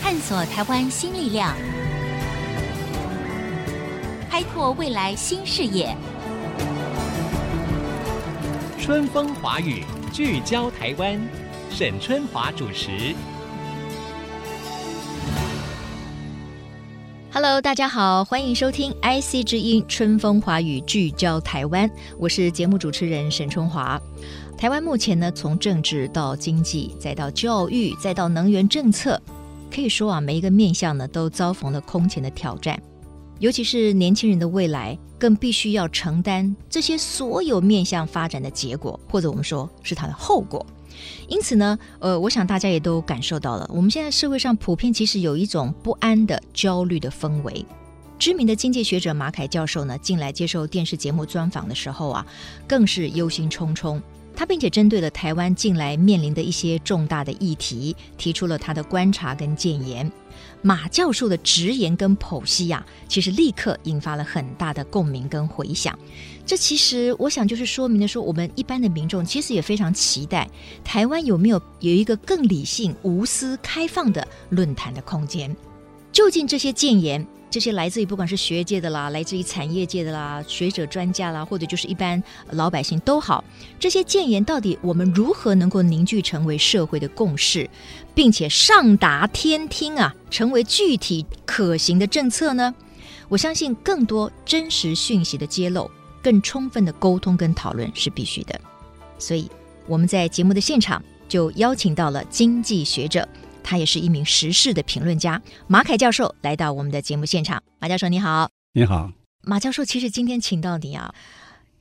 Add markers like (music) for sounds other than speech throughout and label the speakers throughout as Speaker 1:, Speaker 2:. Speaker 1: 探索台湾新力量，开拓未来新视野。
Speaker 2: 春风华语聚焦台湾，沈春华主持。
Speaker 3: Hello，大家好，欢迎收听 IC 之音春风华语聚焦台湾，我是节目主持人沈春华。台湾目前呢，从政治到经济，再到教育，再到能源政策，可以说啊，每一个面向呢，都遭逢了空前的挑战。尤其是年轻人的未来，更必须要承担这些所有面向发展的结果，或者我们说是它的后果。因此呢，呃，我想大家也都感受到了，我们现在社会上普遍其实有一种不安的、焦虑的氛围。知名的经济学者马凯教授呢，近来接受电视节目专访的时候啊，更是忧心忡忡。他并且针对了台湾近来面临的一些重大的议题，提出了他的观察跟建言。马教授的直言跟剖析呀、啊，其实立刻引发了很大的共鸣跟回响。这其实我想就是说明了说，我们一般的民众其实也非常期待台湾有没有有一个更理性、无私、开放的论坛的空间。究竟这些建言，这些来自于不管是学界的啦，来自于产业界的啦，学者专家啦，或者就是一般老百姓都好，这些建言到底我们如何能够凝聚成为社会的共识，并且上达天听啊，成为具体可行的政策呢？我相信更多真实讯息的揭露，更充分的沟通跟讨论是必须的。所以我们在节目的现场就邀请到了经济学者。他也是一名时事的评论家，马凯教授来到我们的节目现场。马教授，你好！
Speaker 4: 你好，
Speaker 3: 马教授，其实今天请到你啊，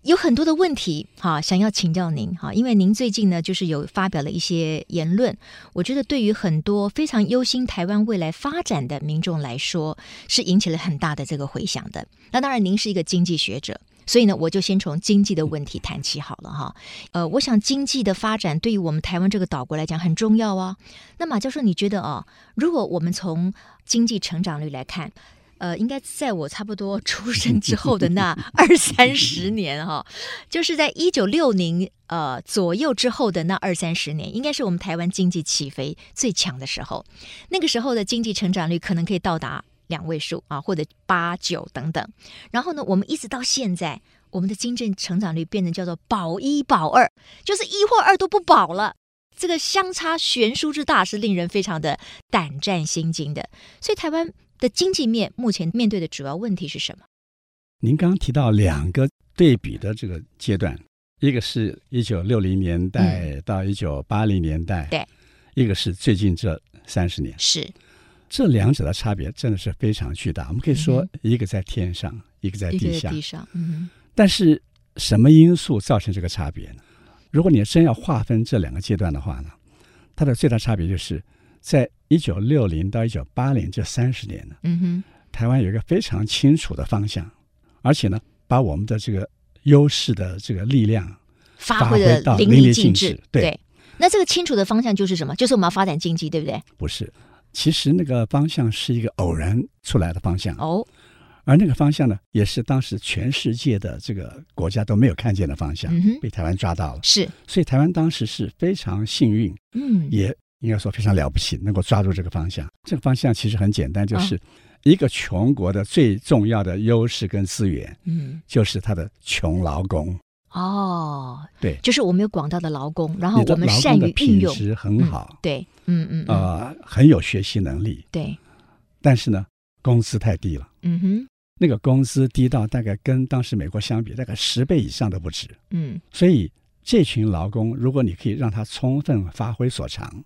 Speaker 3: 有很多的问题哈、啊，想要请教您哈、啊，因为您最近呢，就是有发表了一些言论，我觉得对于很多非常忧心台湾未来发展的民众来说，是引起了很大的这个回响的。那当然，您是一个经济学者。所以呢，我就先从经济的问题谈起好了哈。呃，我想经济的发展对于我们台湾这个岛国来讲很重要啊。那马教授，你觉得啊、哦，如果我们从经济成长率来看，呃，应该在我差不多出生之后的那二三十年哈、哦，就是在一九六零呃左右之后的那二三十年，应该是我们台湾经济起飞最强的时候。那个时候的经济成长率可能可以到达。两位数啊，或者八九等等。然后呢，我们一直到现在，我们的经济成长率变成叫做保一保二，就是一或二都不保了。这个相差悬殊之大，是令人非常的胆战心惊的。所以，台湾的经济面目前面对的主要问题是什么？
Speaker 4: 您刚刚提到两个对比的这个阶段，一个是一九六零年代到一九八零年代，
Speaker 3: 对，
Speaker 4: 一个是最近这三十年，
Speaker 3: 是。
Speaker 4: 这两者的差别真的是非常巨大。我们可以说，一个在天上，嗯、一个在地
Speaker 3: 下。地上，嗯。
Speaker 4: 但是什么因素造成这个差别呢？如果你真要划分这两个阶段的话呢，它的最大差别就是在一九六零到一九八零这三十年呢，
Speaker 3: 嗯哼，
Speaker 4: 台湾有一个非常清楚的方向，而且呢，把我们的这个优势的这个力量
Speaker 3: 发挥的
Speaker 4: 到
Speaker 3: 淋
Speaker 4: 漓
Speaker 3: 尽
Speaker 4: 致。
Speaker 3: 对。对那这个清楚的方向就是什么？就是我们要发展经济，对不对？
Speaker 4: 不是。其实那个方向是一个偶然出来的方向
Speaker 3: 哦，
Speaker 4: 而那个方向呢，也是当时全世界的这个国家都没有看见的方向，
Speaker 3: 嗯、
Speaker 4: 被台湾抓到了。
Speaker 3: 是，
Speaker 4: 所以台湾当时是非常幸运，
Speaker 3: 嗯，
Speaker 4: 也应该说非常了不起，能够抓住这个方向。这个方向其实很简单，
Speaker 3: 啊
Speaker 4: 就是一个穷国的最重要的优势跟资源，
Speaker 3: 嗯，
Speaker 4: 就是它的穷劳工。
Speaker 3: 哦，
Speaker 4: 对，
Speaker 3: 就是我们有广大的劳工，然啊后我们善于
Speaker 4: 品质很好，
Speaker 3: 嗯、对，嗯嗯，
Speaker 4: 呃，很有学习能力，
Speaker 3: 对，
Speaker 4: 但是呢，工资太低了，
Speaker 3: 嗯哼，
Speaker 4: 那个工资低到大概跟当时美国相比，大概十倍以上都不止，
Speaker 3: 嗯，
Speaker 4: 所以这群劳工，如果你可以让他充分发挥所长，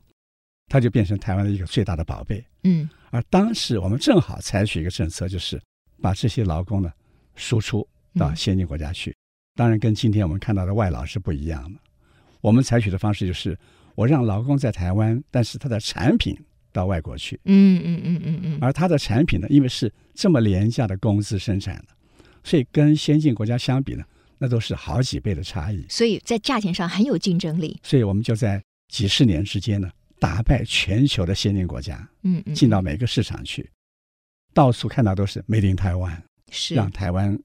Speaker 4: 他就变成台湾的一个最大的宝贝，
Speaker 3: 嗯，
Speaker 4: 而当时我们正好采取一个政策，就是把这些劳工呢输出到先进国家去。嗯当然，跟今天我们看到的外劳是不一样的。我们采取的方式就是，我让劳工在台湾，但是他的产品到外国去。
Speaker 3: 嗯嗯嗯嗯嗯。
Speaker 4: 而他的产品呢，因为是这么廉价的工资生产的，所以跟先进国家相比呢，那都是好几倍的差异。
Speaker 3: 所以在价钱上很有竞争力。
Speaker 4: 所以我们就在几十年之间呢，打败全球的先进国家。
Speaker 3: 嗯嗯。
Speaker 4: 进到每个市场去，到处看到都是 “Made in Taiwan”，
Speaker 3: 是
Speaker 4: 让台湾。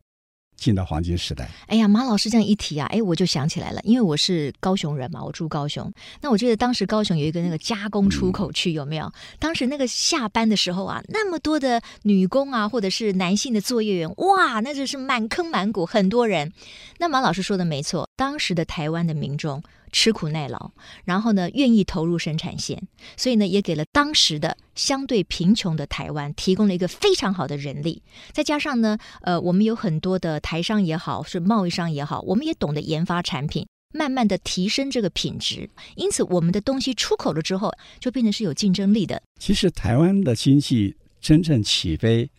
Speaker 4: 进到黄金时代。
Speaker 3: 哎呀，马老师这样一提啊，哎，我就想起来了，因为我是高雄人嘛，我住高雄。那我记得当时高雄有一个那个加工出口区，有没有？当时那个下班的时候啊，那么多的女工啊，或者是男性的作业员，哇，那真是满坑满谷，很多人。那马老师说的没错，当时的台湾的民众吃苦耐劳，然后呢，愿意投入生产线，所以呢，也给了当时的相对贫穷的台湾提供了一个非常好的人力。再加上呢，呃，我们有很多的台商也好，是贸易商也好，我们也懂得研发产品，慢慢的提升这个品质。因此，我们的东西出口了之后，就变成是有竞争力的。
Speaker 4: 其实台湾的经济真正起飞，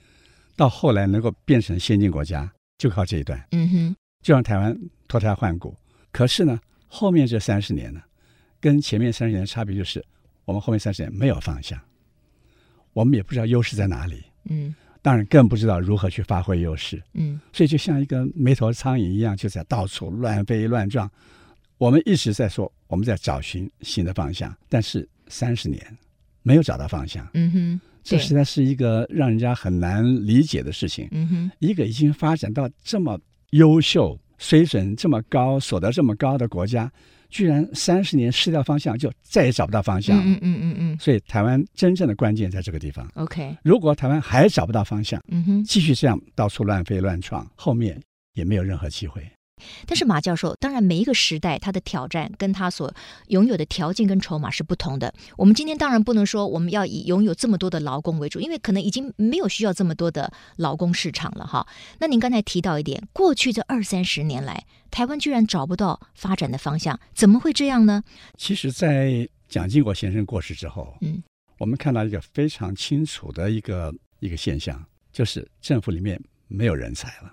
Speaker 4: 到后来能够变成先进国家，就靠这一段，
Speaker 3: 嗯哼，
Speaker 4: 就让台湾脱胎换骨。可是呢，后面这三十年呢，跟前面三十年的差别就是，我们后面三十年没有方向，我们也不知道优势在哪里，
Speaker 3: 嗯
Speaker 4: 当然更不知道如何去发挥优势。
Speaker 3: 嗯
Speaker 4: 所以就像一个没头苍蝇一样，就在到处乱飞乱撞。我们一直在说我们在找寻新的方向，但是三十年没有找到方向，
Speaker 3: 嗯哼，
Speaker 4: 这
Speaker 3: 对
Speaker 4: 实在是一个让人家很难理解的事情。
Speaker 3: 嗯哼，
Speaker 4: 一个已经发展到这么优秀、水准这么高、所得这么高的国家，居然三十年失掉方向，就再也找不到方向了。
Speaker 3: 嗯嗯嗯嗯嗯
Speaker 4: 所以台湾真正的关键在这个地方。
Speaker 3: ，OK，
Speaker 4: 如果台湾还找不到方向，
Speaker 3: 嗯哼。
Speaker 4: 继续这样到处乱飞乱撞，后面也没有任何机会。
Speaker 3: 但是马教授，当然每一个时代它的挑战跟他所拥有的条件跟筹码是不同的。我们今天当然不能说我们要以拥有这么多的劳工为主，因为可能已经没有需要这么多的劳工市场了哈。那您刚才提到一点，过去这二三十年来，台湾居然找不到发展的方向，怎么会这样呢？
Speaker 4: 其实，在蒋经国先生过世之后，
Speaker 3: 嗯，
Speaker 4: 我们看到一个非常清楚的一个一个现象，就是政府里面没有人才了。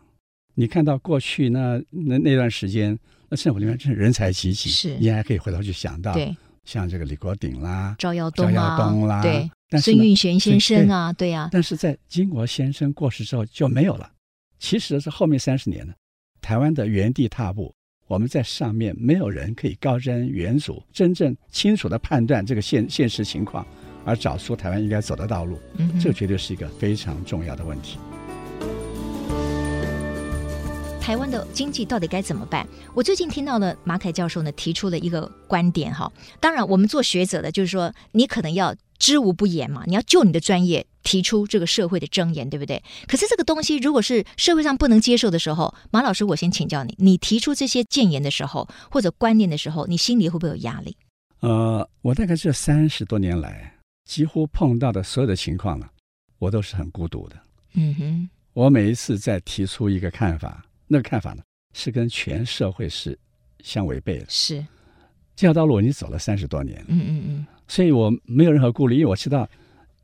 Speaker 4: 你看到过去那那那段时间，那政府里面真是人才济济，
Speaker 3: 是
Speaker 4: 你还可以回头去想到，
Speaker 3: 对，
Speaker 4: 像这个李国鼎啦、
Speaker 3: 赵耀
Speaker 4: 啊赵
Speaker 3: 东
Speaker 4: 耀
Speaker 3: 啊，
Speaker 4: 东啦，
Speaker 3: 对，
Speaker 4: 但是
Speaker 3: 孙
Speaker 4: 呢
Speaker 3: 运璇先生啊，对啊，
Speaker 4: 但是在金国先生过世之后就没有了。其实是后面三十年呢，台湾的原地踏步，我们在上面没有人可以高瞻远瞩，真正清楚的判断这个现现实情况，而找出台湾应该走的道路，
Speaker 3: 嗯哼
Speaker 4: 这个绝对是一个非常重要的问题。
Speaker 3: 台湾的经济到底该怎么办？我最近听到了马凯教授呢提出了一个观点哈，当然我们做学者的，就是说你可能要知无不言嘛，你要就你的专业提出这个社会的箴言，对不对？可是这个东西如果是社会上不能接受的时候，马老师，我先请教你，你提出这些谏言的时候或者观念的时候，你心里会不会有压力？
Speaker 4: 呃，我大概这三十多年来，几乎碰到的所有的情况呢，我都是很孤独的。
Speaker 3: 嗯哼，
Speaker 4: 我每一次在提出一个看法，那个看法呢是跟全社会是相违背的。
Speaker 3: 是，
Speaker 4: 这条道路我已经走了三十多年了，
Speaker 3: 嗯嗯嗯，
Speaker 4: 所以我没有任何顾虑，因为我知道，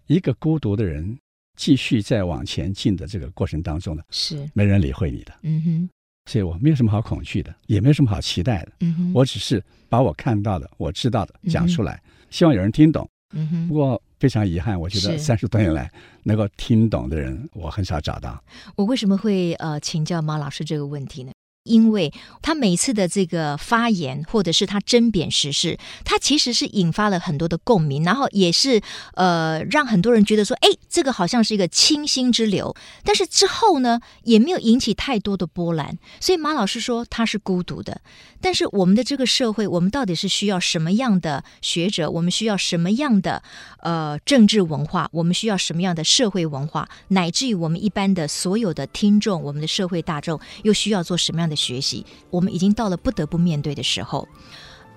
Speaker 4: 一个孤独的人继续在往前进的这个过程当中呢，
Speaker 3: 是，
Speaker 4: 没人理会你的，
Speaker 3: 嗯哼，
Speaker 4: 所以我没有什么好恐惧的，也没有什么好期待的。
Speaker 3: 嗯哼，
Speaker 4: 我，只是把我看到的、我知道的
Speaker 3: 嗯哼
Speaker 4: 讲出来，希望有人听懂。
Speaker 3: 嗯
Speaker 4: 不
Speaker 3: 哼，
Speaker 4: 过非常遗憾，我觉
Speaker 3: 是
Speaker 4: 得三十多年来能够听懂的人，我很少找到。
Speaker 3: 我为什么会呃请教马老师这个问题呢？因为他每次的这个发言，或者是他针砭时事，他其实是引发了很多的共鸣，然后也是呃让很多人觉得说，哎，这个好像是一个清新之流。但是之后呢，也没有引起太多的波澜。所以马老师说他是孤独的。但是我们的这个社会，我们到底是需要什么样的学者？我们需要什么样的呃政治文化，我们需要什么样的社会文化，乃至于我们一般的所有的听众，我们的社会大众又需要做什么样的学习？我们已经到了不得不面对的时候。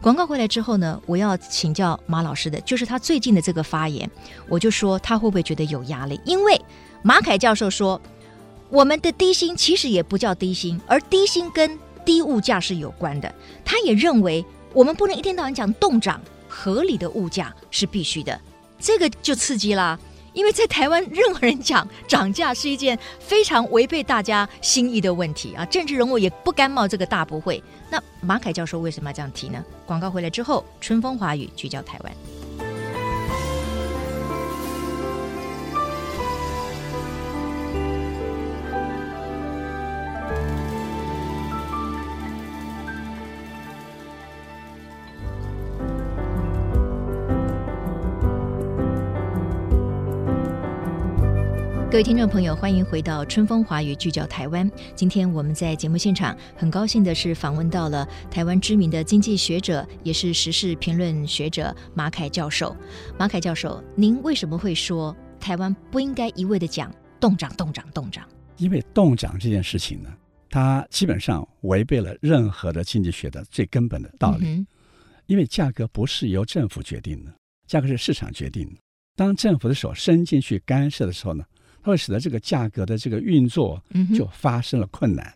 Speaker 3: 广告回来之后呢，我要请教马老师的，就是他最近的这个发言，我就说他会不会觉得有压力？因为马凯教授说，我们的低薪其实也不叫低薪，而低薪跟低物价是有关的。他也认为我们不能一天到晚讲动涨，合理的物价是必须的。这个就刺激啦。因为在台湾，任何人讲涨价是一件非常违背大家心意的问题啊！政治人物也不甘冒这个大不讳。那马凯教授为什么要这样提呢？广告回来之后，春风华语聚焦台湾。各位听众朋友，欢迎回到《春风华语》，聚焦台湾。今天我们在节目现场，很高兴的是访问到了台湾知名的经济学者，也是时事评论学者马凯教授。马凯教授，您为什么会说台湾不应该一味的讲动涨、动涨、动涨？
Speaker 4: 因为动涨这件事情呢，它基本上违背了任何的经济学的最根本的道理。
Speaker 3: 嗯
Speaker 4: 因为价格不是由政府决定的，价格是市场决定的。当政府的手伸进去干涉的时候呢，它会使得这个价格的这个运作
Speaker 3: 哼，嗯哼
Speaker 4: 就发生了困难。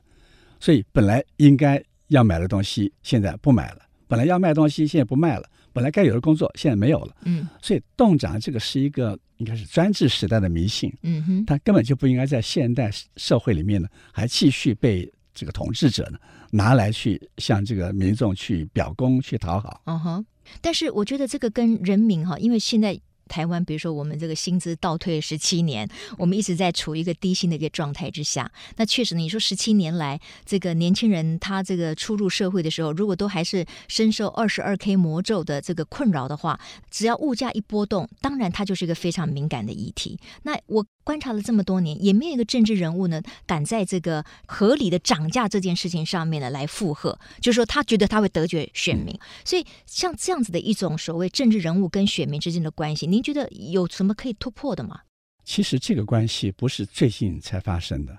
Speaker 4: 所以本来应该要买的东西，现在不买了；本来要卖东西，现在不卖了；本来该有的工作，现在没有了。
Speaker 3: 嗯
Speaker 4: 所以动涨这个是一个应该是专制时代的迷信，
Speaker 3: 嗯哼，
Speaker 4: 它根本就不应该在现代社会里面呢，还继续被这个统治者呢拿来去向这个民众去表功去讨好。
Speaker 3: 嗯哼。但是我觉得这个跟人民哈，因为现在。台湾，比如说我们这个薪资倒退十七年，我们一直在处于一个低薪的一个状态之下。那确实，你说十七年来，这个年轻人他这个初入社会的时候，如果都还是深受二十二 K 魔咒的这个困扰的话，只要物价一波动，当然它就是一个非常敏感的议题。那我观察了这么多年，也没有一个政治人物呢敢在这个合理的涨价这件事情上面呢来附和，就是说他觉得他会得罪选民。所以像这样子的一种所谓政治人物跟选民之间的关系，您觉得有什么可以突破的吗？
Speaker 4: 其实这个关系不是最近才发生的，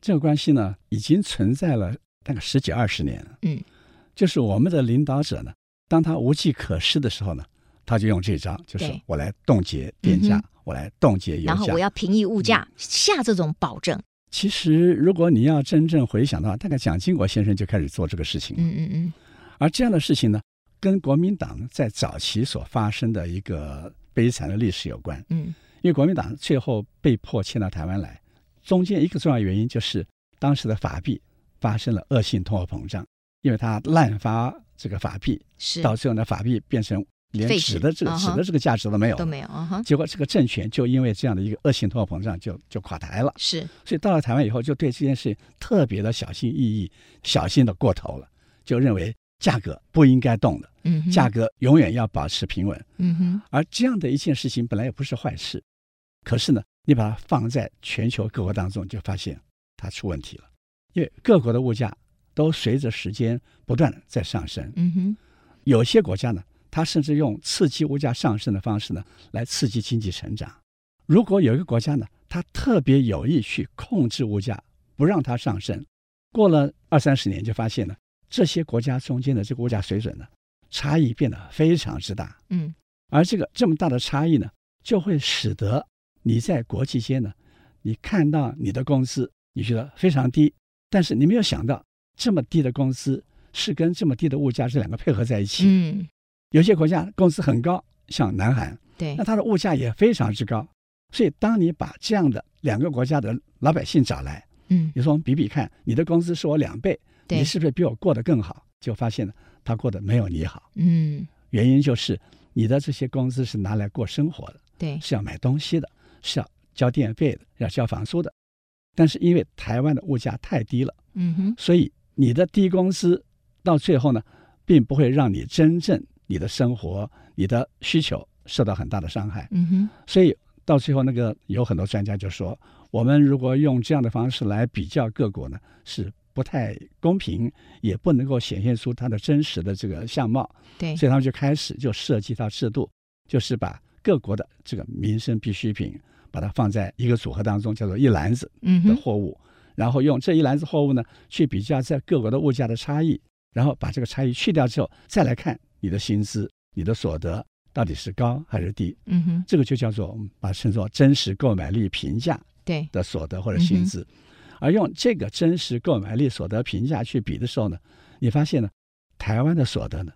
Speaker 4: 这个关系呢已经存在了大概十几二十年了。
Speaker 3: 嗯，
Speaker 4: 就是我们的领导者呢，当他无计可施的时候呢，他就用这招，就是
Speaker 3: 对
Speaker 4: 我来冻结电价，
Speaker 3: 嗯哼
Speaker 4: 我来冻结油
Speaker 3: 然后
Speaker 4: 价嗯
Speaker 3: 我。要平抑物价，下这种保证。
Speaker 4: 其实如果你要真正回想的话，大概蒋经国先生就开始做这个事情了。
Speaker 3: 嗯嗯嗯，
Speaker 4: 而这样的事情呢，跟国民党在早期所发生的一个悲惨的历史有关。
Speaker 3: 嗯
Speaker 4: 因为国民党最后被迫迁到台湾来，中间一个重要原因就是当时的法币发生了恶性通货膨胀，因为它滥发这个法币，
Speaker 3: 是
Speaker 4: 到最后呢，法币变成连
Speaker 3: 废纸
Speaker 4: 纸的这个
Speaker 3: 嗯
Speaker 4: 纸
Speaker 3: 哼
Speaker 4: 的这个价值都没有
Speaker 3: 都
Speaker 4: 了，
Speaker 3: 没有啊哈，
Speaker 4: 结果这个政权就因为这样的一个恶性通货膨胀就就垮台了，
Speaker 3: 是
Speaker 4: 所以到了台湾以后，就对这件事特别的小心翼翼，小心的过头了，就认为价格不应该动的，
Speaker 3: 嗯哼
Speaker 4: 价格永远要保持平稳。
Speaker 3: 嗯哼
Speaker 4: 而这样的一件事情本来也不是坏事，可是呢，你把它放在全球各国当中，就发现它出问题了，因为各国的物价都随着时间不断的在上升。
Speaker 3: 嗯哼
Speaker 4: 有些国家呢，它甚至用刺激物价上升的方式呢，来刺激经济成长。如果有一个国家呢，它特别有意去控制物价，不让它上升，过了二三十年就发现呢，这些国家中间的这个物价水准呢，差异变得非常之大。
Speaker 3: 嗯
Speaker 4: 而这个这么大的差异呢，就会使得你在国际间呢，你看到你的工资，你觉得非常低，但是你没有想到这么低的工资是跟这么低的物价这两个配合在一起。
Speaker 3: 嗯，
Speaker 4: 有些国家工资很高，像南韩，
Speaker 3: 对
Speaker 4: 那，它的物价也非常之高。所以，当你把这样的两个国家的老百姓找来，
Speaker 3: 嗯
Speaker 4: 你说我们比比看，你的工资是我两倍，
Speaker 3: 对
Speaker 4: 你是不是比我过得更好？就发现呢，他过得没有你好。
Speaker 3: 嗯
Speaker 4: 原因就是你的这些工资是拿来过生活的，
Speaker 3: 对，
Speaker 4: 是要买东西的，是要交电费的，要交房租的。但是因为台湾的物价太低了，
Speaker 3: 嗯哼
Speaker 4: 所以你的低工资到最后呢，并不会让你真正你的生活、你的需求受到很大的伤害。
Speaker 3: 嗯哼
Speaker 4: 所以到最后，那个有很多专家就说，我们如果用这样的方式来比较各国呢，是不太公平，也不能够显现出它的真实的这个相貌。
Speaker 3: 对，
Speaker 4: 所以他们就开始就设计一套制度，就是把各国的这个民生必需品，把它放在一个组合当中，叫做一篮子
Speaker 3: 嗯
Speaker 4: 的
Speaker 3: 哼
Speaker 4: 货物，然后用这一篮子货物呢，去比较在各国的物价的差异，然后把这个差异去掉之后，再来看你的薪资、你的所得到底是高还是低，
Speaker 3: 嗯哼
Speaker 4: 这个就叫做我们把它称作真实购买力评价
Speaker 3: 对，
Speaker 4: 的所得或者薪资，而用这个真实购买力所得评价去比的时候呢，你发现呢，台湾的所得呢，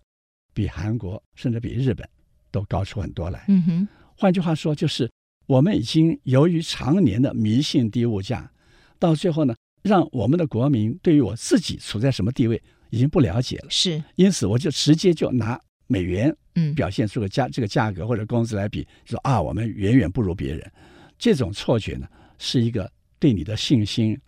Speaker 4: 比韩国甚至比日本都高出很多来。
Speaker 3: 嗯哼
Speaker 4: 换句话说，就是我们已经由于常年的迷信低物价，到最后呢，让我们的国民对于我自己处在什么地位已经不了解了，
Speaker 3: 是
Speaker 4: 因此我就直接就拿美元
Speaker 3: 嗯
Speaker 4: 表现出个价这个价格或者工资来比，说啊，我们远远不如别人。这种错觉呢，是一个对你的信心，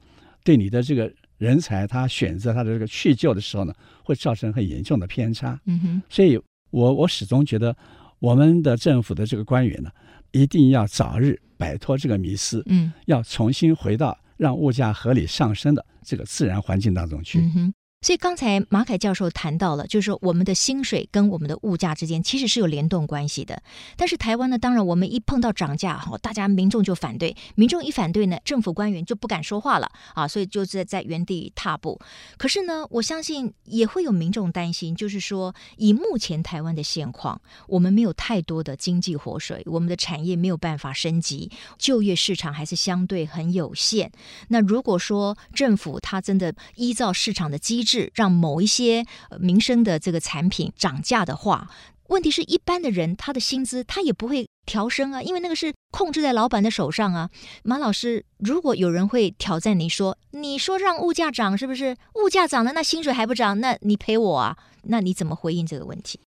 Speaker 4: 对你的这个人才，他选择他的这个去就的时候呢，会造成很严重的偏差。
Speaker 3: 嗯哼
Speaker 4: 所以我我始终觉得，我们的政府的这个官员呢，一定要早日摆脱这个迷思，
Speaker 3: 嗯
Speaker 4: 要重新回到让物价合理上升的这个自然环境当中去。
Speaker 3: 嗯哼。所以刚才马凯教授谈到了，就是说我们的薪水跟我们的物价之间其实是有联动关系的。但是台湾呢，当然我们一碰到涨价哈，大家民众就反对，民众一反对呢，政府官员就不敢说话了啊，所以就在在原地踏步。可是呢，我相信也会有民众担心，就是说以目前台湾的现况，我们没有太多的经济活水，我们的产业没有办法升级，就业市场还是相对很有限。那如果说政府它真的依照市场的机制，让某一些呃民生的这个产品涨价的话，问题是一般的人他的薪资他也不会调升啊，因为那个是控制在老板的手上啊。马老师，如果有人会挑战你说，你说让物价涨是不是？物价涨了，那薪水还不涨，那你赔我啊？那你怎么回应这个问题？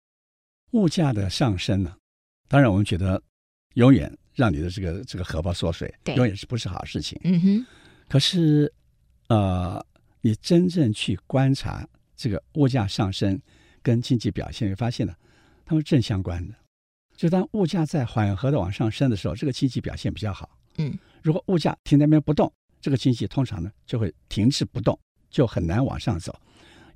Speaker 4: 物价的上升呢，当然我们觉得永远让你的这个这个荷包缩水，
Speaker 3: 对
Speaker 4: 永远是不是好事情。
Speaker 3: 嗯哼，
Speaker 4: 可是，呃，你真正去观察这个物价上升跟经济表现，会发现呢，它们正相关的。就当物价在缓和的往上升的时候，这个经济表现比较好。
Speaker 3: 嗯，
Speaker 4: 如果物价停在那边不动，这个经济通常呢就会停滞不动，就很难往上走。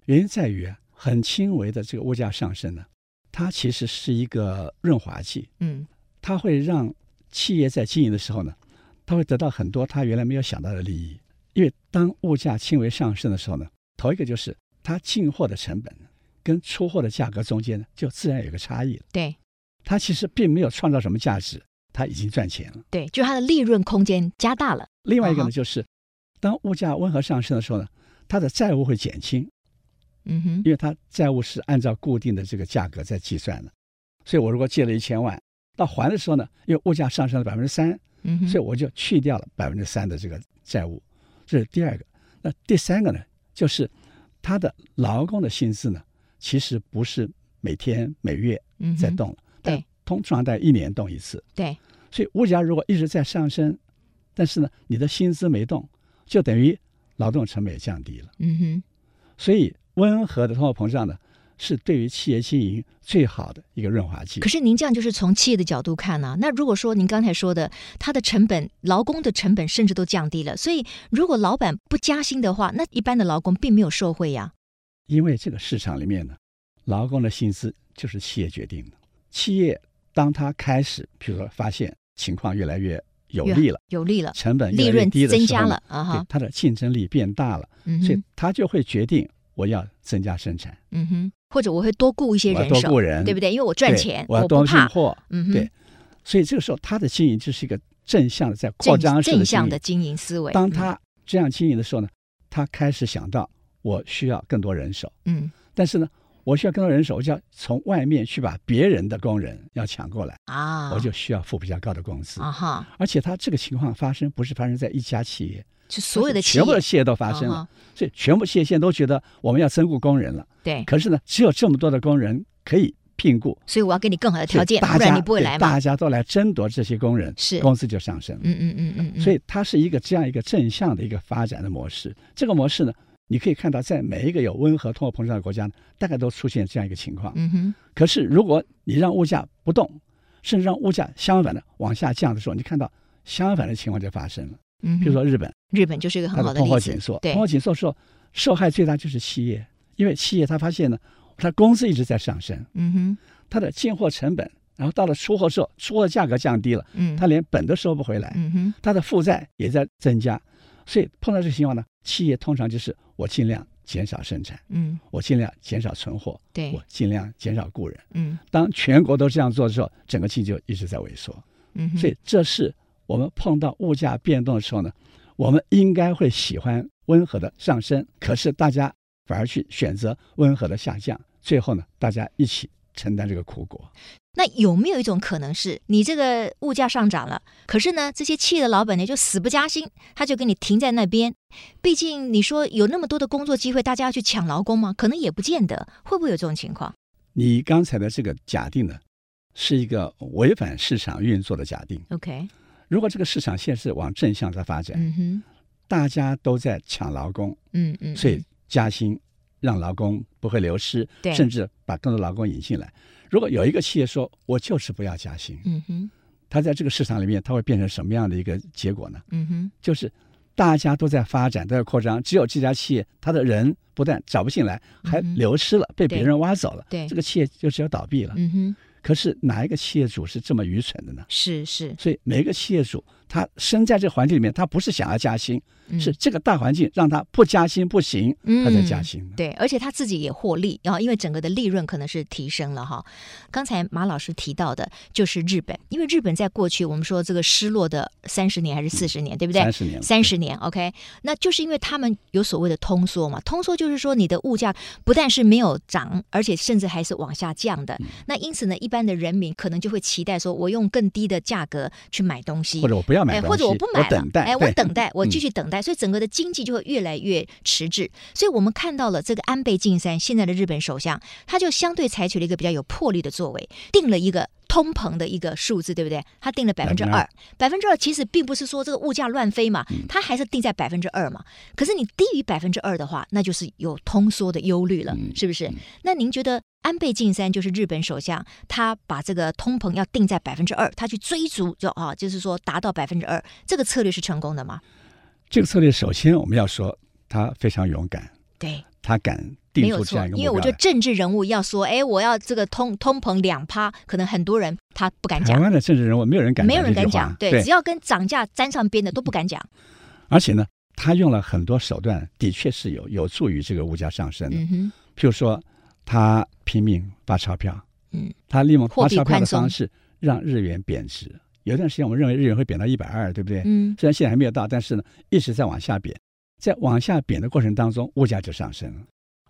Speaker 4: 原因在于啊，很轻微的这个物价上升呢，它其实是一个润滑剂，
Speaker 3: 嗯
Speaker 4: 它会让企业在经营的时候呢，它会得到很多它原来没有想到的利益。因为当物价轻微上升的时候呢，头一个就是它进货的成本跟出货的价格中间呢，就自然有一个差异了。
Speaker 3: 对
Speaker 4: 它其实并没有创造什么价值，它已经赚钱了。
Speaker 3: 对，就它的利润空间加大了。
Speaker 4: 另外一个
Speaker 3: 啊哈
Speaker 4: 呢，就是当物价温和上升的时候呢，它的债务会减轻，
Speaker 3: 嗯哼，
Speaker 4: 因为它债务是按照固定的这个价格在计算的。所以我如果借了一千万，到还的时候呢，因为物价上升了百分之三，
Speaker 3: 嗯哼，
Speaker 4: 所以我就去掉了百分之三的这个债务，这是第二个。那第三个呢，就是他的劳工的薪资呢，其实不是每天每月
Speaker 3: 以
Speaker 4: 在动了，但
Speaker 3: 对
Speaker 4: 通常在一年动一次。
Speaker 3: 嗯对，
Speaker 4: 所以物价如果一直在上升，但是呢，你的薪资没动，就等于劳动成本也降低了。
Speaker 3: 嗯哼，
Speaker 4: 所以温和的通货膨胀呢，是对于企业经营最好的一个润滑剂
Speaker 3: 可。是您这样就是从企业的角度看呢、那如果说您刚才说的，它的成本、劳工的成本甚至都降低了，所以如果老板不加薪的话，那一般的劳工并没有受惠啊呀、
Speaker 4: 因为这个市场里面呢，劳工的薪资就是企业决定的。企业当他开始，比如说发现情况越来越有利了，
Speaker 3: 有利了，
Speaker 4: 成本
Speaker 3: 利
Speaker 4: 越来越
Speaker 3: 润
Speaker 4: 呃低的
Speaker 3: 增
Speaker 4: 时
Speaker 3: 加
Speaker 4: 候
Speaker 3: 了
Speaker 4: 呢，
Speaker 3: 啊
Speaker 4: 对
Speaker 3: 哈，
Speaker 4: 它的竞争力变大了，
Speaker 3: 嗯
Speaker 4: 所以
Speaker 3: 哼，
Speaker 4: 他就会决定我要增加生产，
Speaker 3: 嗯哼，或者我会多雇一些
Speaker 4: 我要
Speaker 3: 人
Speaker 4: 多
Speaker 3: 手
Speaker 4: 雇，人，
Speaker 3: 对不
Speaker 4: 对？
Speaker 3: 对？因为我赚钱，
Speaker 4: 我要
Speaker 3: 不
Speaker 4: 多进
Speaker 3: 怕，
Speaker 4: 货，
Speaker 3: 嗯哼，
Speaker 4: 对所以这个时候他的经营就是一个正向的，在扩
Speaker 3: 正
Speaker 4: 张式
Speaker 3: 正
Speaker 4: 经
Speaker 3: 向
Speaker 4: 营
Speaker 3: 的。经营思维。
Speaker 4: 当
Speaker 3: 嗯
Speaker 4: 他这样经营的时候呢，他开始想到我需要更多人手。
Speaker 3: 嗯
Speaker 4: 但是呢，我需要更多人手，我就要从外面去把别人的工人要抢过来，
Speaker 3: 啊，
Speaker 4: 我就需要付比较高的工资。
Speaker 3: 啊哈，
Speaker 4: 而且它这个情况发生不是发生在一家企业，
Speaker 3: 就所有
Speaker 4: 它
Speaker 3: 的
Speaker 4: 是
Speaker 3: 企
Speaker 4: 全部
Speaker 3: 业
Speaker 4: 的企业都发生了，
Speaker 3: 啊哈
Speaker 4: 所以全部企业现在都觉得我们要增雇工人了。
Speaker 3: 对，
Speaker 4: 可是呢，只有这么多的工人可以聘雇，
Speaker 3: 所以我要给你更好的条
Speaker 4: 所以
Speaker 3: 件，
Speaker 4: 大
Speaker 3: 不然
Speaker 4: 家
Speaker 3: 你不会
Speaker 4: 对
Speaker 3: 来嘛。
Speaker 4: 大家都来争夺这些工人，
Speaker 3: 是
Speaker 4: 工资就上升了。
Speaker 3: 嗯嗯嗯嗯嗯，
Speaker 4: 所以它是一个这样一个正向的一个发展的模式。这个模式呢，你可以看到，在每一个有温和通货膨胀的国家呢，大概都出现这样一个情况。
Speaker 3: 嗯哼，
Speaker 4: 可是如果你让物价不动，甚至让物价相反的往下降的时候，你看到相反的情况就发生了。
Speaker 3: 嗯哼，
Speaker 4: 比如说日本，
Speaker 3: 日本就是一个
Speaker 4: 它
Speaker 3: 很好
Speaker 4: 的
Speaker 3: 的
Speaker 4: 通货
Speaker 3: 例子
Speaker 4: 紧缩，，
Speaker 3: 对
Speaker 4: 通，货紧缩的时候受害最大就是企业，因为企业它发现呢，它工资一直在上升，
Speaker 3: 嗯哼，
Speaker 4: 它的进货成本，然后到了出货之后，出货价格降低了，
Speaker 3: 嗯，
Speaker 4: 它连本都收不回来，
Speaker 3: 嗯哼，
Speaker 4: 它的负债也在增加，所以碰到这个情况呢，企业通常就是我尽量减少生产，
Speaker 3: 嗯，
Speaker 4: 我尽量减少存货，
Speaker 3: 对
Speaker 4: 我，尽量减少雇人。
Speaker 3: 嗯
Speaker 4: 当全国都这样做的时候，整个经济就一直在萎缩。
Speaker 3: 嗯哼，
Speaker 4: 所以，这是我们碰到物价变动的时候呢，我们应该会喜欢温和的上升，可是大家反而去选择温和的下降，最后呢，大家一起承担这个苦果。
Speaker 3: 那有没有一种可能是，你这个物价上涨了，可是呢，这些企业的老板呢就死不加薪，他就给你停在那边。毕竟你说有那么多的工作机会，大家要去抢劳工吗？可能也不见得，会不会有这种情况？
Speaker 4: 你刚才的这个假定呢，是一个违反市场运作的假定。
Speaker 3: OK，
Speaker 4: 如果这个市场现在是往正向在发展，
Speaker 3: 嗯哼，
Speaker 4: 大家都在抢劳工，
Speaker 3: 嗯嗯，
Speaker 4: 所以加薪让劳工不会流失
Speaker 3: 对，
Speaker 4: 甚至把更多劳工引进来。如果有一个企业说我就是不要加薪，
Speaker 3: 嗯哼，
Speaker 4: 它在这个市场里面，它会变成什么样的一个结果呢？
Speaker 3: 嗯哼，
Speaker 4: 就是大家都在发展，都在扩张，只有这家企业它的人不但找不进来，还
Speaker 3: 嗯哼
Speaker 4: 流失了，被别
Speaker 3: 对
Speaker 4: 人挖走了，
Speaker 3: 对
Speaker 4: 这个企业就只有倒闭了。
Speaker 3: 嗯哼，
Speaker 4: 可是哪一个企业主是这么愚蠢的呢？
Speaker 3: 是是，
Speaker 4: 所以每一个企业主，他生在这个环境里面，他不是想要加薪，
Speaker 3: 嗯
Speaker 4: 是这个大环境让他不加薪不行，他才加
Speaker 3: 嗯
Speaker 4: 薪的。
Speaker 3: 对，而且他自己也获利，然后因为整个的利润可能是提升了哈。刚才马老师提到的就是日本，因为日本在过去我们说这个失落的三十年还是四十年，对不对？
Speaker 4: 三十年了，
Speaker 3: 三十年，OK，那就是因为他们有所谓的通缩嘛，通缩就是说你的物价不但是没有涨，而且甚至还是往下降
Speaker 4: 嗯
Speaker 3: 的。那因此呢，一般的人民可能就会期待说，我用更低的价格去买东西，
Speaker 4: 或者我不要买
Speaker 3: 哎，
Speaker 4: 东西，
Speaker 3: 或者我不买了，
Speaker 4: 等待，
Speaker 3: 哎，我
Speaker 4: 对
Speaker 3: 等待，我
Speaker 4: 嗯
Speaker 3: 继续等待，所以整个的经济就会越来越迟滞。所以我们看到了这个安倍晋三现在的日本首相，他就相对采取了一个比较有魄力的作为，定了一个。通膨的一个数字，对不对？他定了百分之二
Speaker 4: 2%，
Speaker 3: 百分之二其实并不是说这个物价乱飞嘛，
Speaker 4: 嗯
Speaker 3: 它还是定在百分之二嘛。可是你低于百分之二的话，那就是有通缩的忧虑了，
Speaker 4: 嗯
Speaker 3: 是不是？那您觉得安倍晋三就是日本首相，他把这个通膨要定在百分之二，他去追逐，就啊，就是说达到百分之二，这个策略是成功的吗？
Speaker 4: 这个策略，首先我们要说他非常勇敢，
Speaker 3: 对，
Speaker 4: 他敢
Speaker 3: 没
Speaker 4: 定
Speaker 3: 有
Speaker 4: 出这
Speaker 3: 错
Speaker 4: 样一，个目
Speaker 3: 因
Speaker 4: 标来。
Speaker 3: 为我觉得政治人物要说，哎，我要这个通通膨两趴，可能很多人他不敢
Speaker 4: 台
Speaker 3: 讲，
Speaker 4: 湾的政治人物没有人敢，
Speaker 3: 没有人敢讲，
Speaker 4: 对，
Speaker 3: 只要跟涨价沾上边的都不敢讲。
Speaker 4: 而且呢，他用了很多手段，的确是有有助于这个物价上升的。
Speaker 3: 嗯哼，
Speaker 4: 譬如说，他拼命发钞票，
Speaker 3: 嗯，
Speaker 4: 他利用
Speaker 3: 货
Speaker 4: 发
Speaker 3: 币
Speaker 4: 钞票
Speaker 3: 宽
Speaker 4: 的
Speaker 3: 松
Speaker 4: 方式让日元贬值。有一段时间，我们认为日元会贬到一百二，对不对？
Speaker 3: 嗯
Speaker 4: 虽然现在还没有到，但是呢，一直在往下贬。在往下贬的过程当中，物价就上升了，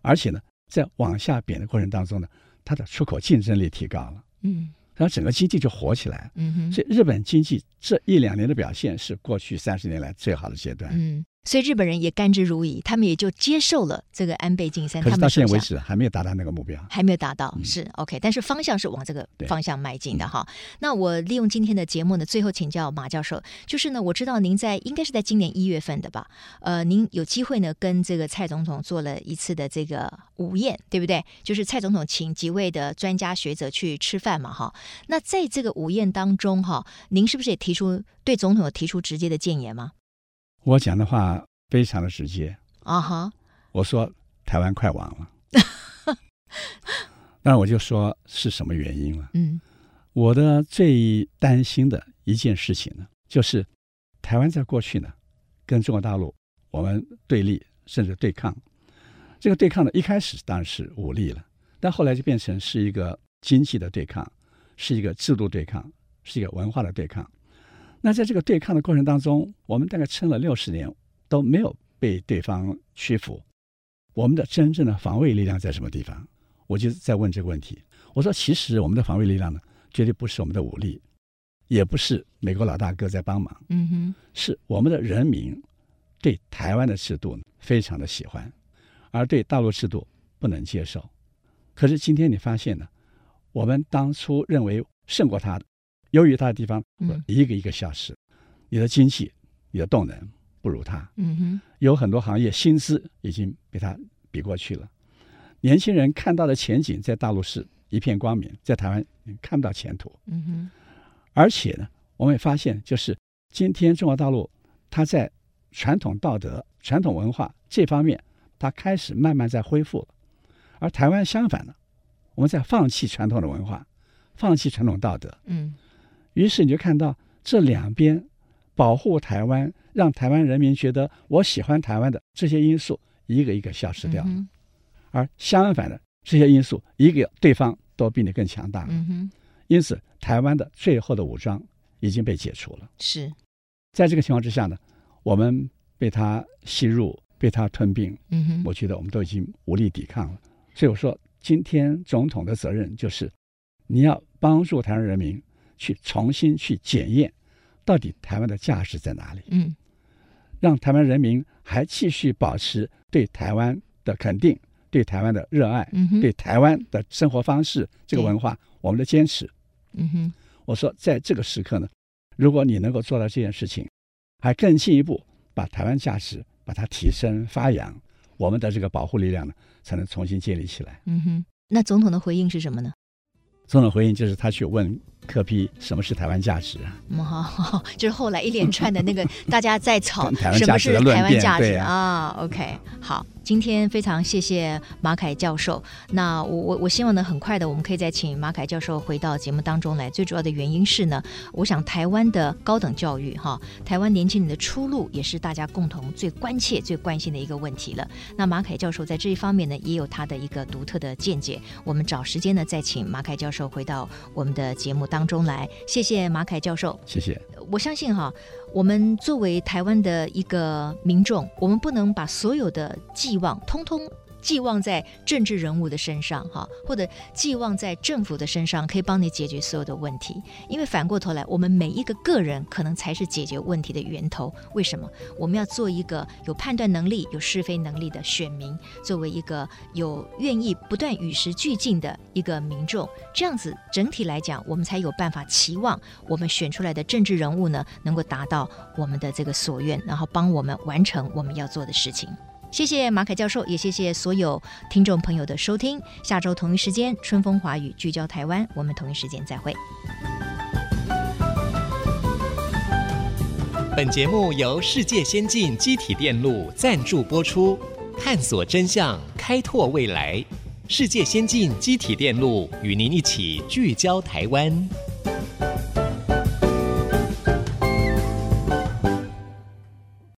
Speaker 4: 而且呢，在往下贬的过程当中呢，它的出口竞争力提高了，
Speaker 3: 嗯
Speaker 4: 然后整个经济就活起来了。
Speaker 3: 嗯哼，
Speaker 4: 所以日本经济这一两年的表现是过去三十年来最好的阶段。
Speaker 3: 嗯，所以日本人也甘之如饴，他们也就接受了这个安倍晋三
Speaker 4: 可
Speaker 3: 他们
Speaker 4: 是到
Speaker 3: 的
Speaker 4: 现
Speaker 3: 首
Speaker 4: 在为
Speaker 3: 相。
Speaker 4: 止还没有达到那个目标。
Speaker 3: 还没有达到，是 OK，但是方向是往这个
Speaker 4: 嗯对嗯
Speaker 3: 方向迈进的哈。那我利用今天的节目呢，最后请教马教授，就是呢，我知道您在应该是在今年一月份的吧，呃，您有机会呢跟这个蔡总统做了一次的这个午宴，对不对？就是蔡总统请几位的专家学者去吃饭嘛哈。那在这个午宴当中哈，您是不是也提出对总统有提出直接的建言吗？
Speaker 4: 我讲的话非常的直接，
Speaker 3: 啊哈，
Speaker 4: 我说台湾快亡
Speaker 3: (laughs)
Speaker 4: 了，那我就说是什么原因了。
Speaker 3: 嗯
Speaker 4: 我的最担心的一件事情呢，就是台湾在过去呢跟中国大陆我们对立甚至对抗，这个对抗呢一开始当然是武力了，但后来就变成是一个经济的对抗，是一个制度对抗，是一个文化的对抗。那在这个对抗的过程当中，我们大概撑了六十年都没有被对方屈服，我们的真正的防卫力量在什么地方？我就在问这个问题。我说，其实我们的防卫力量呢，绝对不是我们的武力，也不是美国老大哥在帮忙，
Speaker 3: 嗯哼，
Speaker 4: 是我们的人民对台湾的制度呢非常的喜欢，而对大陆制度不能接受。可是今天你发现呢，我们当初认为胜过他的、优于他的地方，
Speaker 3: 嗯
Speaker 4: 一个一个消失。你的经济、你的动能不如他，
Speaker 3: 嗯哼，
Speaker 4: 有很多行业薪资已经被他比过去了。年轻人看到的前景在大陆是一片光明，在台湾你看不到前途。
Speaker 3: 嗯哼，
Speaker 4: 而且呢，我们也发现，就是今天中国大陆，它在传统道德、传统文化这方面，它开始慢慢在恢复了。而台湾相反呢，我们在放弃传统的文化，放弃传统道德。
Speaker 3: 嗯
Speaker 4: 于是你就看到这两边保护台湾，让台湾人民觉得我喜欢台湾的这些因素，一个一个消失掉了。
Speaker 3: 嗯
Speaker 4: 而相反的这些因素，一个对方都比你更强大了。
Speaker 3: 哼，嗯哼，
Speaker 4: 因此，台湾的最后的武装已经被解除了。
Speaker 3: 是。
Speaker 4: 在这个情况之下呢，我们被它吸入，被它吞并，
Speaker 3: 嗯哼，
Speaker 4: 我觉得我们都已经无力抵抗了。所以我说，今天总统的责任就是，你要帮助台湾人民去重新去检验，到底台湾的价值在哪里，
Speaker 3: 嗯
Speaker 4: 让台湾人民还继续保持对台湾的肯定、对台湾的热爱、
Speaker 3: 嗯哼，
Speaker 4: 对，台湾的生活方式、这个
Speaker 3: 对
Speaker 4: 文化，我们的坚持。
Speaker 3: 嗯哼，
Speaker 4: 我说，在这个时刻呢，如果你能够做到这件事情，还更进一步把台湾价值把它提升发扬，我们的这个保护力量呢，才能重新建立起来。
Speaker 3: 嗯哼。那总统的回应是什么呢？
Speaker 4: 总统回应就是他去问柯批什么是台湾价值啊，
Speaker 3: 嗯，好好，就是后来一连串的那个大家在吵
Speaker 4: (laughs) 台湾
Speaker 3: 什
Speaker 4: 价
Speaker 3: 么
Speaker 4: 值
Speaker 3: 是
Speaker 4: 的论
Speaker 3: 台湾
Speaker 4: 辩
Speaker 3: 价值
Speaker 4: 对啊
Speaker 3: o k 好，今天非常谢谢马凯教授。那我我我希望呢，很快的我们可以再请马凯教授回到节目当中来。最主要的原因是呢，我想台湾的高等教育哈，台湾年轻人的出路也是大家共同最关切、最关心的一个问题了。那马凯教授在这一方面呢，也有他的一个独特的见解。我们找时间呢，再请马凯教授回到我们的节目当中来。谢谢马凯教授。
Speaker 4: 谢谢。
Speaker 3: 我相信哈，我们作为台湾的一个民众，我们不能把所有的寄望通通。寄望在政治人物的身上，哈，或者寄望在政府的身上，可以帮你解决所有的问题。因为反过头来，我们每一个个人可能才是解决问题的源头。为什么？我们要做一个有判断能力、有是非能力的选民，作为一个有愿意不断与时俱进的一个民众，这样子整体来讲，我们才有办法期望我们选出来的政治人物呢，能够达到我们的这个所愿，然后帮我们完成我们要做的事情。谢谢马凯教授，也谢谢所有听众朋友的收听。下周同一时间，春风华语聚焦台湾，我们同一时间再会。
Speaker 2: 本节目由世界先进机体电路赞助播出，探索真相，开拓未来。世界先进机体电路与您一起聚焦台湾。